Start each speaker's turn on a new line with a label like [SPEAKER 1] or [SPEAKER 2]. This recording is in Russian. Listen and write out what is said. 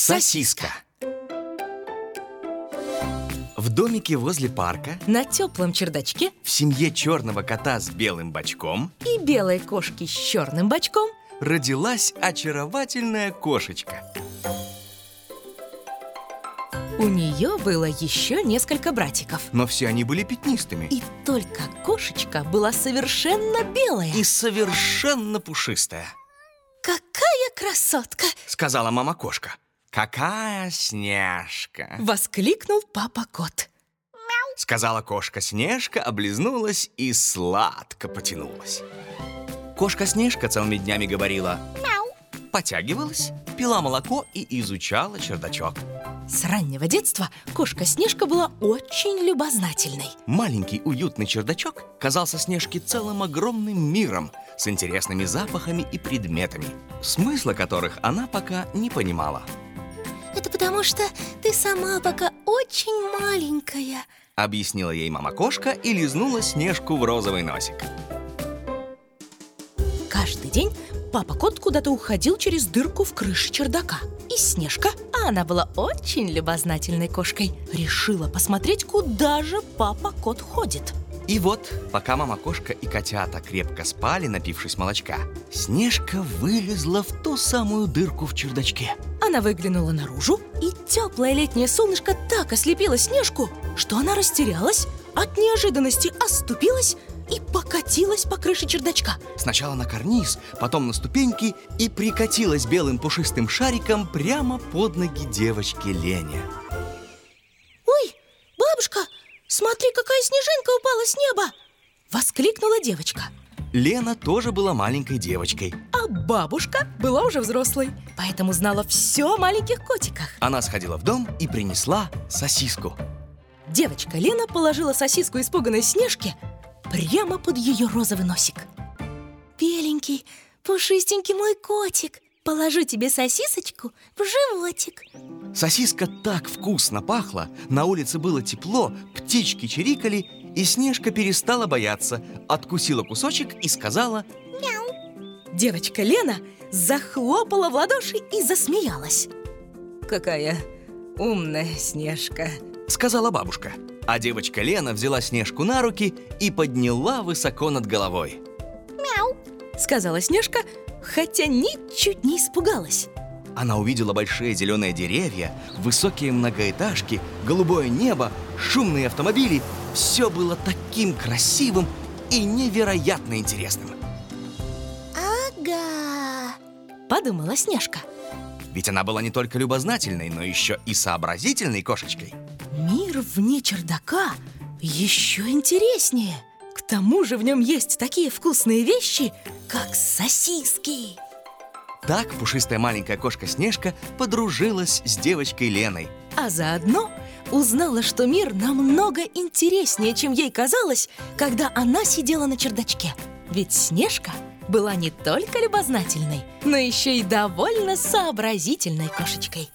[SPEAKER 1] Сосиска. В домике возле парка
[SPEAKER 2] На теплом чердачке
[SPEAKER 1] в семье черного кота с белым бочком
[SPEAKER 2] и белой кошки с черным бочком
[SPEAKER 1] родилась очаровательная кошечка.
[SPEAKER 2] у нее было еще несколько братиков.
[SPEAKER 1] Но все они были пятнистыми
[SPEAKER 2] И только кошечка была совершенно белая.
[SPEAKER 1] и совершенно пушистая,
[SPEAKER 2] Какая красотка!
[SPEAKER 1] сказала мама кошка. Какая снежка!
[SPEAKER 2] Воскликнул папа кот.
[SPEAKER 1] Сказала кошка Снежка, облизнулась и сладко потянулась. Кошка Снежка целыми днями говорила Потягивалась, пила молоко и изучала чердачок.
[SPEAKER 2] С раннего детства кошка Снежка была очень любознательной.
[SPEAKER 1] Маленький уютный чердачок казался Снежке целым огромным миром с интересными запахами и предметами, смысла которых она пока не понимала.
[SPEAKER 3] Это потому что ты сама пока очень маленькая.
[SPEAKER 1] Объяснила ей мама-кошка и лизнула Снежку в розовый носик.
[SPEAKER 2] Каждый день папа кот куда-то уходил через дырку в крыше чердака. И Снежка, а она была очень любознательной кошкой, решила посмотреть, куда же папа кот ходит.
[SPEAKER 1] И вот, пока мама-кошка и котята крепко спали, напившись молочка, Снежка вылезла в ту самую дырку в чердачке.
[SPEAKER 2] Она выглянула наружу, и теплое летнее солнышко так ослепило Снежку, что она растерялась, от неожиданности оступилась и покатилась по крыше чердачка.
[SPEAKER 1] Сначала на карниз, потом на ступеньки и прикатилась белым пушистым шариком прямо под ноги девочки Лене.
[SPEAKER 2] «Ой, бабушка, смотри, какая снежинка упала с неба!» — воскликнула девочка.
[SPEAKER 1] Лена тоже была маленькой девочкой.
[SPEAKER 2] А бабушка была уже взрослой, поэтому знала все о маленьких котиках.
[SPEAKER 1] Она сходила в дом и принесла сосиску.
[SPEAKER 2] Девочка Лена положила сосиску испуганной Снежке прямо под ее розовый носик.
[SPEAKER 3] Беленький, пушистенький мой котик. Положу тебе сосисочку в животик.
[SPEAKER 1] Сосиска так вкусно пахла, на улице было тепло, птички чирикали, и Снежка перестала бояться, откусила кусочек и сказала
[SPEAKER 2] Девочка Лена захлопала в ладоши и засмеялась. Какая умная Снежка.
[SPEAKER 1] сказала бабушка. А девочка Лена взяла Снежку на руки и подняла высоко над головой.
[SPEAKER 2] Сказала Снежка, хотя ничуть не испугалась.
[SPEAKER 1] Она увидела большие зеленые деревья, высокие многоэтажки, голубое небо, шумные автомобили. Все было таким красивым и невероятно интересным.
[SPEAKER 3] Ага.
[SPEAKER 2] Подумала Снежка.
[SPEAKER 1] Ведь она была не только любознательной, но еще и сообразительной кошечкой.
[SPEAKER 2] Мир вне чердака еще интереснее. К тому же в нем есть такие вкусные вещи, как сосиски.
[SPEAKER 1] Так пушистая маленькая кошка Снежка подружилась с девочкой Леной.
[SPEAKER 2] А заодно узнала, что мир намного интереснее, чем ей казалось, когда она сидела на чердачке. Ведь Снежка была не только любознательной, но еще и довольно сообразительной кошечкой.